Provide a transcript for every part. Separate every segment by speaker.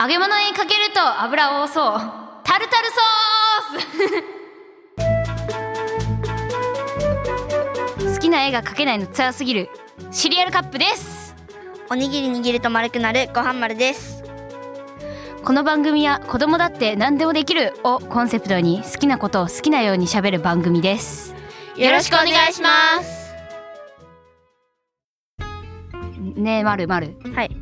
Speaker 1: 揚げ物にかけると油多そうタルタルソース 好きな絵が描けないの辛すぎるシリアルカップです
Speaker 2: おにぎり握ると丸くなるご飯丸です
Speaker 1: この番組は子供だって何でもできるをコンセプトに好きなことを好きなように喋る番組です
Speaker 2: よろしくお願いします
Speaker 1: ねえまるまる
Speaker 2: はい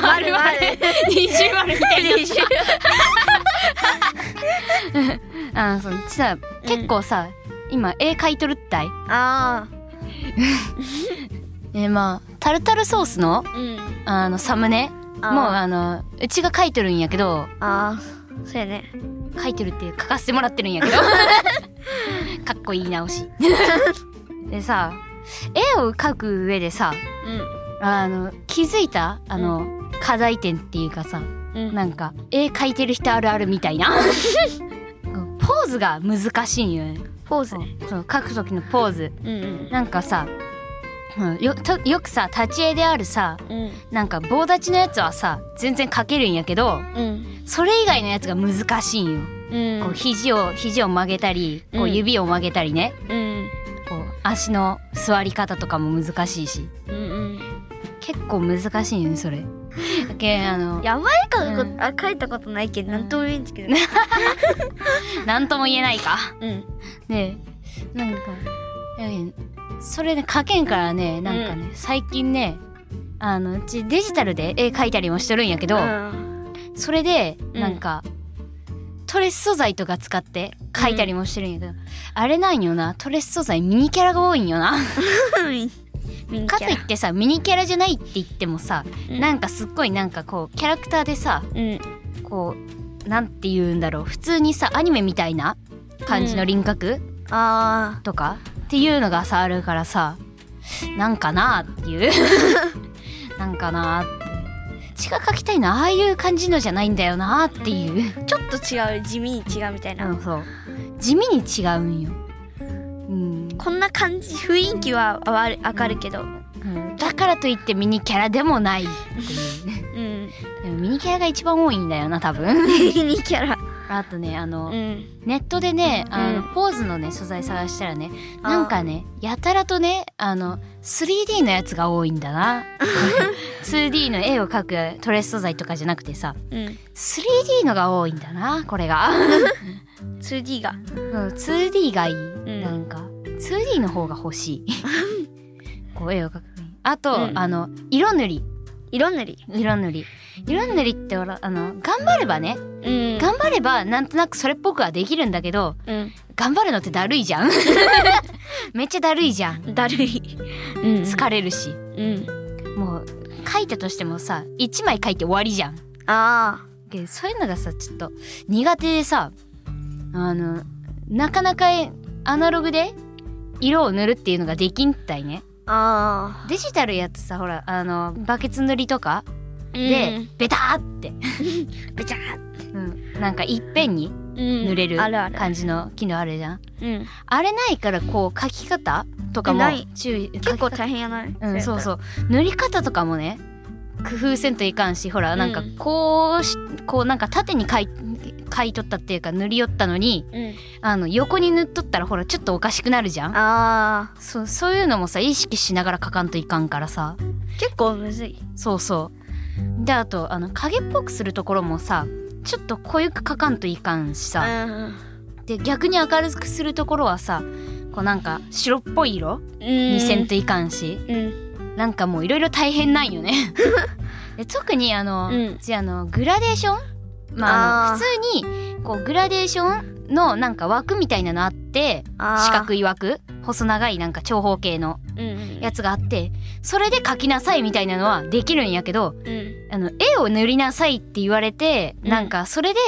Speaker 1: まるまる 二重丸みたいに しあのそのさ結構さ、今絵描いとるったい
Speaker 2: あ
Speaker 1: えまあタルタルソースの
Speaker 2: あうん
Speaker 1: あのサムネもう
Speaker 2: あー
Speaker 1: あのうちが描いとるんやけど
Speaker 2: ああそうやね
Speaker 1: 描いてるっていうかかせてもらってるんや けどかっこいい直し でさ絵を描く上でさあの気づいたあの、課題点っていうかさ
Speaker 2: うんうん
Speaker 1: なんか絵描いてる人あるあるみたい なポーズが難しいんよね
Speaker 2: ポー
Speaker 1: そ
Speaker 2: ズ
Speaker 1: う
Speaker 2: ね
Speaker 1: そう描く時のポーズ
Speaker 2: うんうん
Speaker 1: なんかさうんよとよくさ立ち絵であるさ
Speaker 2: うん
Speaker 1: なんか棒立ちのやつはさ全然描けるんやけど
Speaker 2: うん
Speaker 1: それ以外のやつが難しいんよ、
Speaker 2: うん
Speaker 1: こう肘を肘を曲げたりこ
Speaker 2: う
Speaker 1: うん指を曲げたりね、
Speaker 2: うん
Speaker 1: こう足の座り方とかも難しいし
Speaker 2: うんうん
Speaker 1: 結構難しいよねそれ。だけあの
Speaker 2: やばいか
Speaker 1: う
Speaker 2: こ
Speaker 1: ん
Speaker 2: あ書いたことないけどなんとも言えんですけど
Speaker 1: 何とも言えないか。
Speaker 2: うん
Speaker 1: ねえなんかやけんそれね書けんからねなんかね、最近ねあのうちデジタルで絵描いたりもしとるんやけど、
Speaker 2: うん
Speaker 1: それで
Speaker 2: うん
Speaker 1: なんか、トレス素材とか使って描いたりもしてるんやけど、あれなんよなトレス素材ミニキャラが多いんよな
Speaker 2: ミニ
Speaker 1: か
Speaker 2: キ
Speaker 1: と
Speaker 2: ャ
Speaker 1: い
Speaker 2: ラ
Speaker 1: ってさミニキャラじゃないって言ってもさ、
Speaker 2: うん
Speaker 1: なんかすっごいなんかこうキャラクターでさ
Speaker 2: うん
Speaker 1: こうなんて言うんだろう普通にさアニメみたいな感じの輪郭、
Speaker 2: あ
Speaker 1: とかっていうのがさあるからさなんかなーっていう なんかなーって血が描きたいのはああいう感じのじゃないんだよなーっていう、
Speaker 2: あちょっと違う地味に違うみたいな、
Speaker 1: うん、そう地味に違うんよ、うん
Speaker 2: こんな感じ雰囲気はわる明るいけど、うん
Speaker 1: うんだからといってミニキャラでもないっていうでもミニキャラが一番多いんだよな多分
Speaker 2: ミニキャラ、
Speaker 1: あとねあの、
Speaker 2: うん、
Speaker 1: ネットでねあの、
Speaker 2: う
Speaker 1: ポーズのね素材探したらね
Speaker 2: あー
Speaker 1: なんかねやたらとねあの 3D のやつが多いんだ な 2D の絵を描くトレス素材とかじゃなくてさ
Speaker 2: うん、
Speaker 1: 3D のが多いんだなこれが、
Speaker 2: 2D が
Speaker 1: うん、2D がいい、
Speaker 2: ん
Speaker 1: なんか 2D の方が欲 しいこう絵を描くあと、
Speaker 2: うん
Speaker 1: あの色塗り
Speaker 2: 色塗り、
Speaker 1: 色塗り色塗りってほらあの頑張ればね
Speaker 2: うん
Speaker 1: 頑張ればなんとなくそれっぽくはできるんだけど頑張るのってだるいじゃん めっちゃだるいじゃん
Speaker 2: うん、だるい、うん、
Speaker 1: 疲れるし、
Speaker 2: うん、
Speaker 1: もう書いたとしてもさ1枚書いて終わりじゃん
Speaker 2: あ
Speaker 1: けどそういうのがさちょっと苦手でさあのなかなかえアナログで色を塗るっていうのができんったいね
Speaker 2: ああ
Speaker 1: デジタルやってさほらあのバケツ塗りとか
Speaker 2: あ
Speaker 1: で、
Speaker 2: うん
Speaker 1: ベターって、
Speaker 2: べちゃ
Speaker 1: うん、なんかいっぺんに
Speaker 2: 塗
Speaker 1: 塗れる
Speaker 2: あるある
Speaker 1: 感じの機能あるじゃん、
Speaker 2: うん、
Speaker 1: あれないからこう書き方とかも
Speaker 2: ない
Speaker 1: 注意
Speaker 2: 結
Speaker 1: 書き
Speaker 2: 構
Speaker 1: 方
Speaker 2: 大変やない、
Speaker 1: うん、そう
Speaker 2: う
Speaker 1: そう塗り方とかもね工夫せんといかんしほらなんか
Speaker 2: うん
Speaker 1: こうし、こうなんか縦にかいかいとったっていうか塗り寄ったのに
Speaker 2: やったら、うん、
Speaker 1: あの横に塗っとったらほらちょっとおかしくなるじゃん
Speaker 2: ああ
Speaker 1: そうそういうのもさ意識しながら描かんといかんからさ
Speaker 2: 結構むずい
Speaker 1: そうそうであとあの影っぽくするところもさちょっと濃ゆく描かんといかんし
Speaker 2: う
Speaker 1: さ、
Speaker 2: ん
Speaker 1: で逆に明るくするところはさこうなんか白っぽい色
Speaker 2: うん
Speaker 1: にせんといかんし、
Speaker 2: うん
Speaker 1: なんかもういろいろ大変なんよ ね。で特にあの、
Speaker 2: う
Speaker 1: うんちあのグラデーション、まあ、あの
Speaker 2: あー
Speaker 1: 普通にこうグラデーションのなんか枠みたいなのあって
Speaker 2: あー
Speaker 1: 四角い枠細長いなんか長方形の
Speaker 2: うんうん
Speaker 1: やつがあってそれで描きなさいみたいなのはできるんやけど
Speaker 2: うん
Speaker 1: あの絵を塗りなさいって言われて、
Speaker 2: うん
Speaker 1: なんかそれで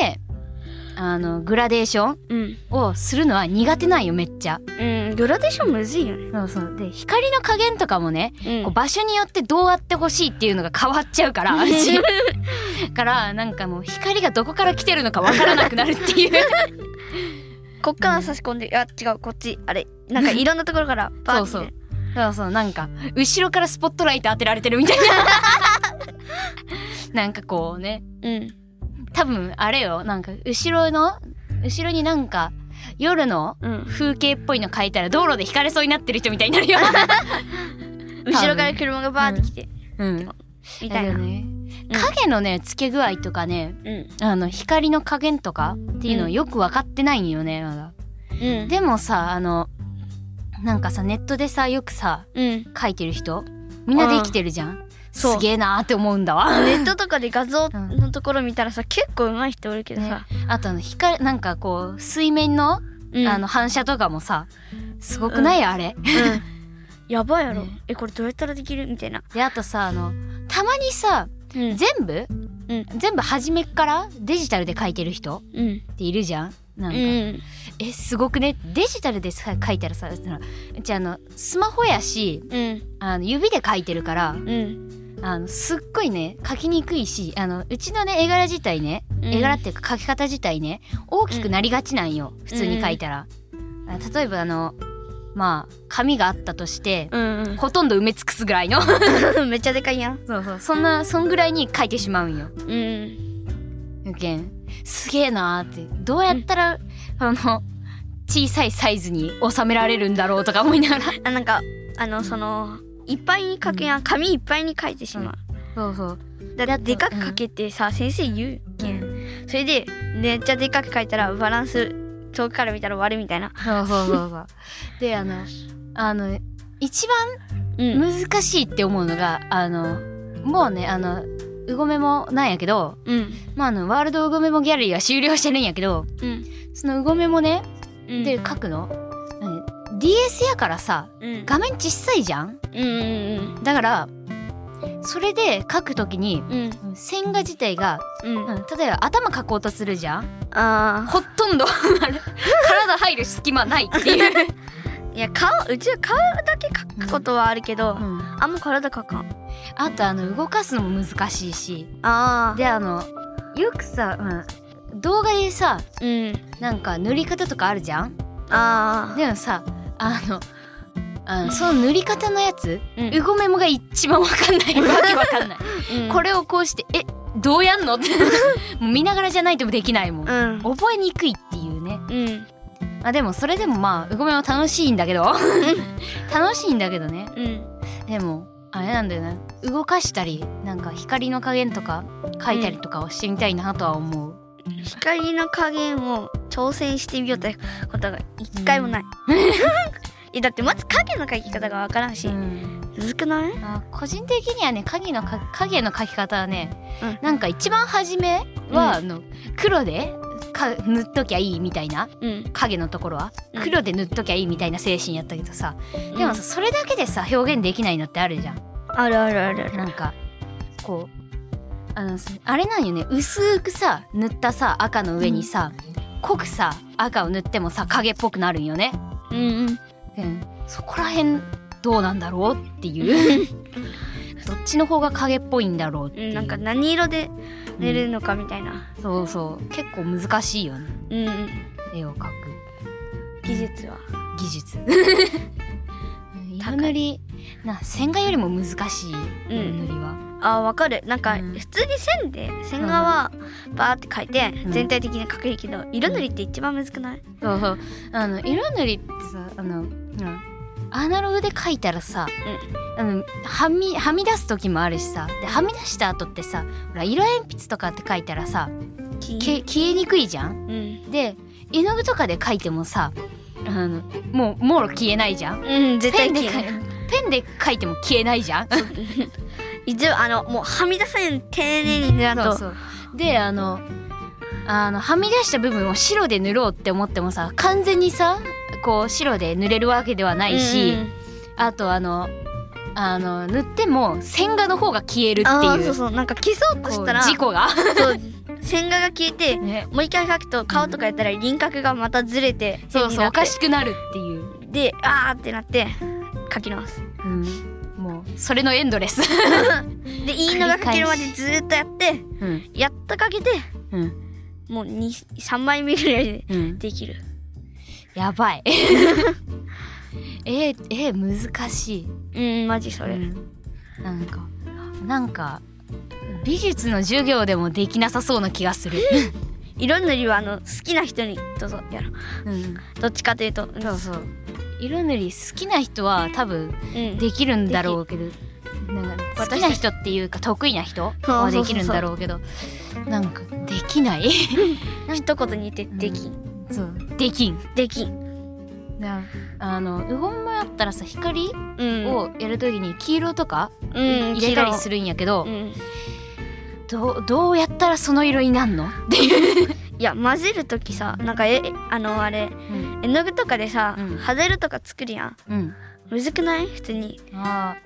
Speaker 1: あのグラデーション
Speaker 2: うん
Speaker 1: をするのは苦手なんよめっちゃ。
Speaker 2: うんグラデーションむずいよね
Speaker 1: そうそうで光の加減とかもね
Speaker 2: うん
Speaker 1: こう場所によってどうあってほしいっていうのが変わっちゃうから私 からなんかもう光がどこから来てるのかわからなくなるっていう
Speaker 2: こっから差し込んで、あ違うこっちあれなんかいろんなところからバー
Speaker 1: そ
Speaker 2: ッ
Speaker 1: う
Speaker 2: て
Speaker 1: そうそうそうなんか後ろからスポットライト当てられてるみたいな なんかこうね
Speaker 2: うん
Speaker 1: 多分あれよなんか後ろの後ろになんか夜の
Speaker 2: うん
Speaker 1: 風景っぽいの書いたら道路で引かれそうになってる人みたいにな るよ、
Speaker 2: 後ろから車がバーって来て
Speaker 1: うん、
Speaker 2: みたい
Speaker 1: だ
Speaker 2: な
Speaker 1: よね影のねつけ具合とかね
Speaker 2: うん
Speaker 1: あの光の加減とかっていうのをよく分かってないんよねまだ。
Speaker 2: うん
Speaker 1: でもさあのなんかさネットでさよくさ
Speaker 2: うん
Speaker 1: 書いてる人みんなで生きてるじゃん。
Speaker 2: そう
Speaker 1: すげえなーって思うんだわ。
Speaker 2: ネットとかで画像
Speaker 1: うん
Speaker 2: のところ見たらさ結構上手い人おるけどさ
Speaker 1: あとあの光なんかこう水面の
Speaker 2: うん
Speaker 1: あの反射とかもさすごくない、あれ。
Speaker 2: うんやばいやろ
Speaker 1: ね
Speaker 2: えこれどうやったらできるみたいな
Speaker 1: であとさあのたまにさ
Speaker 2: うん
Speaker 1: 全部、
Speaker 2: う
Speaker 1: 全部初めっからデジタルで書いてる人
Speaker 2: うん
Speaker 1: っているじゃん。な
Speaker 2: うん
Speaker 1: か、
Speaker 2: ん
Speaker 1: えすごくねデジタルでさ書いたらさそのうちあのスマホやし
Speaker 2: うん
Speaker 1: あの指で書いてるから
Speaker 2: うん
Speaker 1: あのすっごいね書きにくいしあのうちのね絵柄自体ね、
Speaker 2: うん
Speaker 1: 絵柄っていうか書き方自体ね大きくなりがちなんよ、普通に書いたら。あ例えばあのまあ紙があったとして、
Speaker 2: うん
Speaker 1: ほとんど埋め尽くすぐらいの
Speaker 2: うん めっちゃでかいやん
Speaker 1: そう そうそんなそんぐらいに書いてしまうんよ。
Speaker 2: うん
Speaker 1: やけんすげえなーってどうやったら、あの小さいサイズに収められるんだろうとか思いながら
Speaker 2: あなんかあのそのいっぱいに書くやん紙いっぱいに書いてしまう
Speaker 1: そうそう、
Speaker 2: だ
Speaker 1: だ
Speaker 2: っ
Speaker 1: と
Speaker 2: てでかく書けってさ、先生言うけん、それでめっちゃでかく書いたらバランス遠くから見たら悪いみたいな
Speaker 1: そうそうそうそうであのあの一番
Speaker 2: うん
Speaker 1: 難しいって思うのがあのもうねあのうごめもなんやけど、
Speaker 2: うん
Speaker 1: まあ、あのワールドうごめもギャラリーは終了してるんやけど
Speaker 2: うん
Speaker 1: そのうごめもね
Speaker 2: うん
Speaker 1: で書くの、何 DS やからさ
Speaker 2: うん
Speaker 1: 画面小さいじゃん
Speaker 2: うんうん
Speaker 1: だからそれで書くときに
Speaker 2: うん
Speaker 1: 線画自体が
Speaker 2: うんうん
Speaker 1: うん例えば頭描こうとするじゃん
Speaker 2: あ
Speaker 1: ほとんどあれ 体入る隙間ないっていう、
Speaker 2: ーいや顔うちは顔だけ書くことはあるけど、あんま体書かん
Speaker 1: あとあの動かすのも難しいし
Speaker 2: あ
Speaker 1: であのよくさ、うん動画でさ
Speaker 2: あうん
Speaker 1: なんか塗り方とかあるじゃん
Speaker 2: あ
Speaker 1: でもさあのあのその塗り方のやつ、
Speaker 2: う
Speaker 1: うんごめもが一番わかんない わけわかんない、
Speaker 2: ー、
Speaker 1: こ
Speaker 2: れ
Speaker 1: れをこうしてえどうやんのって もう見ながらじゃないとできないもん、
Speaker 2: うん
Speaker 1: 覚えにくいっていうね
Speaker 2: うん
Speaker 1: まあでもそれでもまあうごめは楽しいんだ けど楽しいんだけどね
Speaker 2: うん
Speaker 1: でもあれなんだよね動かしたりなんか光の加減とか書いたりとかをしてみたいなとは思う、
Speaker 2: 光の加減を挑戦してみようってことが一回もない、 えだってまず影の描き方がわからんし、むずくない
Speaker 1: あ個人的にはね影のか影の描き方はね、
Speaker 2: うん
Speaker 1: なんか一番初めは、あの黒でか塗っときゃいいみたいな
Speaker 2: うん
Speaker 1: 影のところは
Speaker 2: うん
Speaker 1: 黒で塗っときゃいいみたいな精神やったけどさ、で
Speaker 2: で
Speaker 1: も
Speaker 2: も
Speaker 1: さそれだけでさ表現できないのってあるじゃん
Speaker 2: あるあるあるある
Speaker 1: なんかこうあのすあれなんよね薄くさ塗ったさ赤の上にさ、濃くさ赤を塗ってもさ影っぽくなるんよね、
Speaker 2: うんうん
Speaker 1: うん、そこら辺どうなんだろうって いうどっちの方が影っぽいんだろうって
Speaker 2: う
Speaker 1: い
Speaker 2: ん
Speaker 1: う
Speaker 2: なんか何色で寝るのかみたいな
Speaker 1: そうそう結構難しいよね
Speaker 2: うんうん
Speaker 1: 絵を描く
Speaker 2: 技術は
Speaker 1: 技 術うん色
Speaker 2: 高い
Speaker 1: 塗りな線画よりも難しい色塗りは、
Speaker 2: あーわかるなんか
Speaker 1: うん
Speaker 2: 普通に線で線画はバーって描いて
Speaker 1: うん
Speaker 2: 全体的に描けるけど色塗りって一番むずくない
Speaker 1: そうそうあの色塗りってさあの、うん、アナログで描いたらさ、あのはみはみ出す時もあるしさではみ出した後ってさほら色鉛筆とかって描いたらさけ消えにくいじゃん。
Speaker 2: うん
Speaker 1: で絵の具とかで描いてもさあのもうもろ消えないじゃん。
Speaker 2: うん絶
Speaker 1: ペ
Speaker 2: 対
Speaker 1: ンで
Speaker 2: 消えない
Speaker 1: 描いペンで描いても消えないじゃん。
Speaker 2: 一応あのもうはみ出せん丁寧に塗らん
Speaker 1: そう
Speaker 2: と
Speaker 1: そうであのあのはみ出した部分を白で塗ろうって思ってもさ完全にさこう白で塗れるわけではないし。
Speaker 2: うんうん
Speaker 1: あとあのあの塗っても線画の方が消えるっていう
Speaker 2: あーそうそうなんか消そうと
Speaker 1: こう
Speaker 2: したら
Speaker 1: 事故が、
Speaker 2: そう線画が消えて
Speaker 1: ね、
Speaker 2: もう一回描くと顔とかやったら輪郭がまたずれて
Speaker 1: そう
Speaker 2: 変に
Speaker 1: そう
Speaker 2: な
Speaker 1: お
Speaker 2: って
Speaker 1: かしくなるっていう、
Speaker 2: であーってなって書き直す
Speaker 1: うん、もうそれのエンドレス、
Speaker 2: でいいのが書けるまでずーっとやって
Speaker 1: うん
Speaker 2: やっと書けて
Speaker 1: うん
Speaker 2: もう3枚目ぐらいで
Speaker 1: うん、
Speaker 2: できる
Speaker 1: やばいえー、えー難しい、
Speaker 2: うんマジそれ
Speaker 1: うんなんかなんか美術の授業でもできなさそうな気がする。
Speaker 2: いろんな理由はあの好きな人にどうぞやろ
Speaker 1: う
Speaker 2: う
Speaker 1: ん、
Speaker 2: どっちかというとうん
Speaker 1: そうそう。色塗り好きな人は多分
Speaker 2: うん
Speaker 1: できるんだろうけど、なんか好きな人っていうか得意な人はできるんだろうけど、なんかでき ない。
Speaker 2: 一言に言ってできん
Speaker 1: そう、できん。
Speaker 2: できん
Speaker 1: なあのウホンもやったらさ光
Speaker 2: うん
Speaker 1: をやるときに黄色とか
Speaker 2: うん
Speaker 1: 入れたりす
Speaker 2: る
Speaker 1: るんやけど、
Speaker 2: うん
Speaker 1: どうどうやったらその色になんのっていう。
Speaker 2: いや混ぜるときさなんかえあのあれ
Speaker 1: うん
Speaker 2: 絵の具とかでさ
Speaker 1: うん
Speaker 2: ハゼルとか作るやん
Speaker 1: うん、
Speaker 2: むずくない普通に
Speaker 1: あ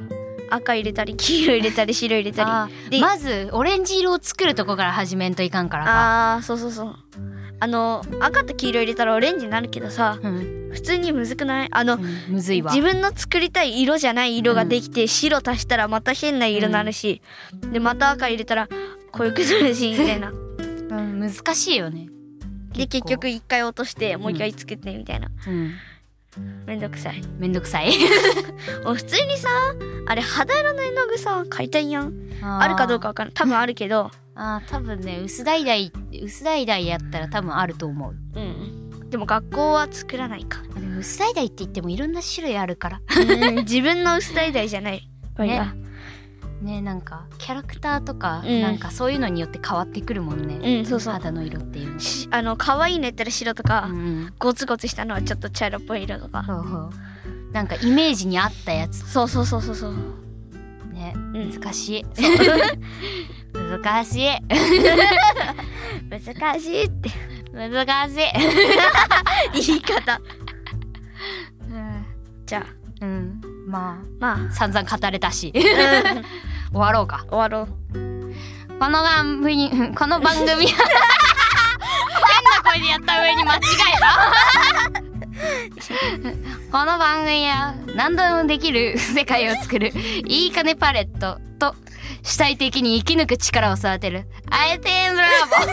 Speaker 2: 赤入れたり 黄色入れたり白入れ
Speaker 1: ーあ
Speaker 2: たり
Speaker 1: ー
Speaker 2: で
Speaker 1: まずオレンジ色を作るとこから始めんといかんからか。
Speaker 2: あーそうそうそうあの赤と黄色入れたらオレンジになるけどさ
Speaker 1: うん、
Speaker 2: 普通にむずくないあ
Speaker 1: う
Speaker 2: の
Speaker 1: んむずいわ。
Speaker 2: 自分の作りたい色じゃない色ができて、白足したらまた変な色になるし、でまた赤入れたらこういうくなるしみたい な
Speaker 1: うん難しいよね。
Speaker 2: で結局一回落としてもう一回
Speaker 1: う
Speaker 2: 作ってみたいな、
Speaker 1: うん、
Speaker 2: めんどくさい
Speaker 1: めんどくさい。
Speaker 2: もう普通にさあれ肌色の絵の具さ買いたいやんあるかどうか。わからん多分あるけど
Speaker 1: あー多分ね薄だいだい薄だいだいやったら多分あると思う。
Speaker 2: うんでも学校は作らないか、
Speaker 1: でも薄だいだいって言ってもいろんな種類あるから。
Speaker 2: 自分の薄いじゃない割が、
Speaker 1: ねなんかキャラクターとか、
Speaker 2: うん
Speaker 1: なんかそういうのによって変わってくるもんね、
Speaker 2: うんそうそう
Speaker 1: 肌の色っていうの
Speaker 2: しあの可愛いのやったら白とか、
Speaker 1: うん
Speaker 2: ゴツゴツしたのはちょっと茶色っぽい色とか、
Speaker 1: そうそうなんかイメージに合ったやつ
Speaker 2: そうそうそうそうそう
Speaker 1: ね
Speaker 2: うん
Speaker 1: 難しい 難しい
Speaker 2: 難しいって
Speaker 1: 難しい
Speaker 2: 言い方じゃあ
Speaker 1: うんま
Speaker 2: ま
Speaker 1: あ 散々語れた し
Speaker 2: あ、
Speaker 1: 終
Speaker 2: 終
Speaker 1: わろうか
Speaker 2: わろう
Speaker 1: この番組 この番組は変な声でやった上に間違えた この番組は何度でもできる世界を作るいい金パレットと主体的に生き抜く力を育てるアイテムラボの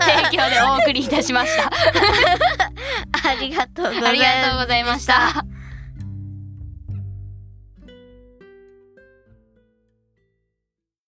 Speaker 1: 提 供でお送りいたしました
Speaker 2: ありがとうござい
Speaker 1: あ
Speaker 2: ま
Speaker 1: り
Speaker 2: す
Speaker 1: がとうございました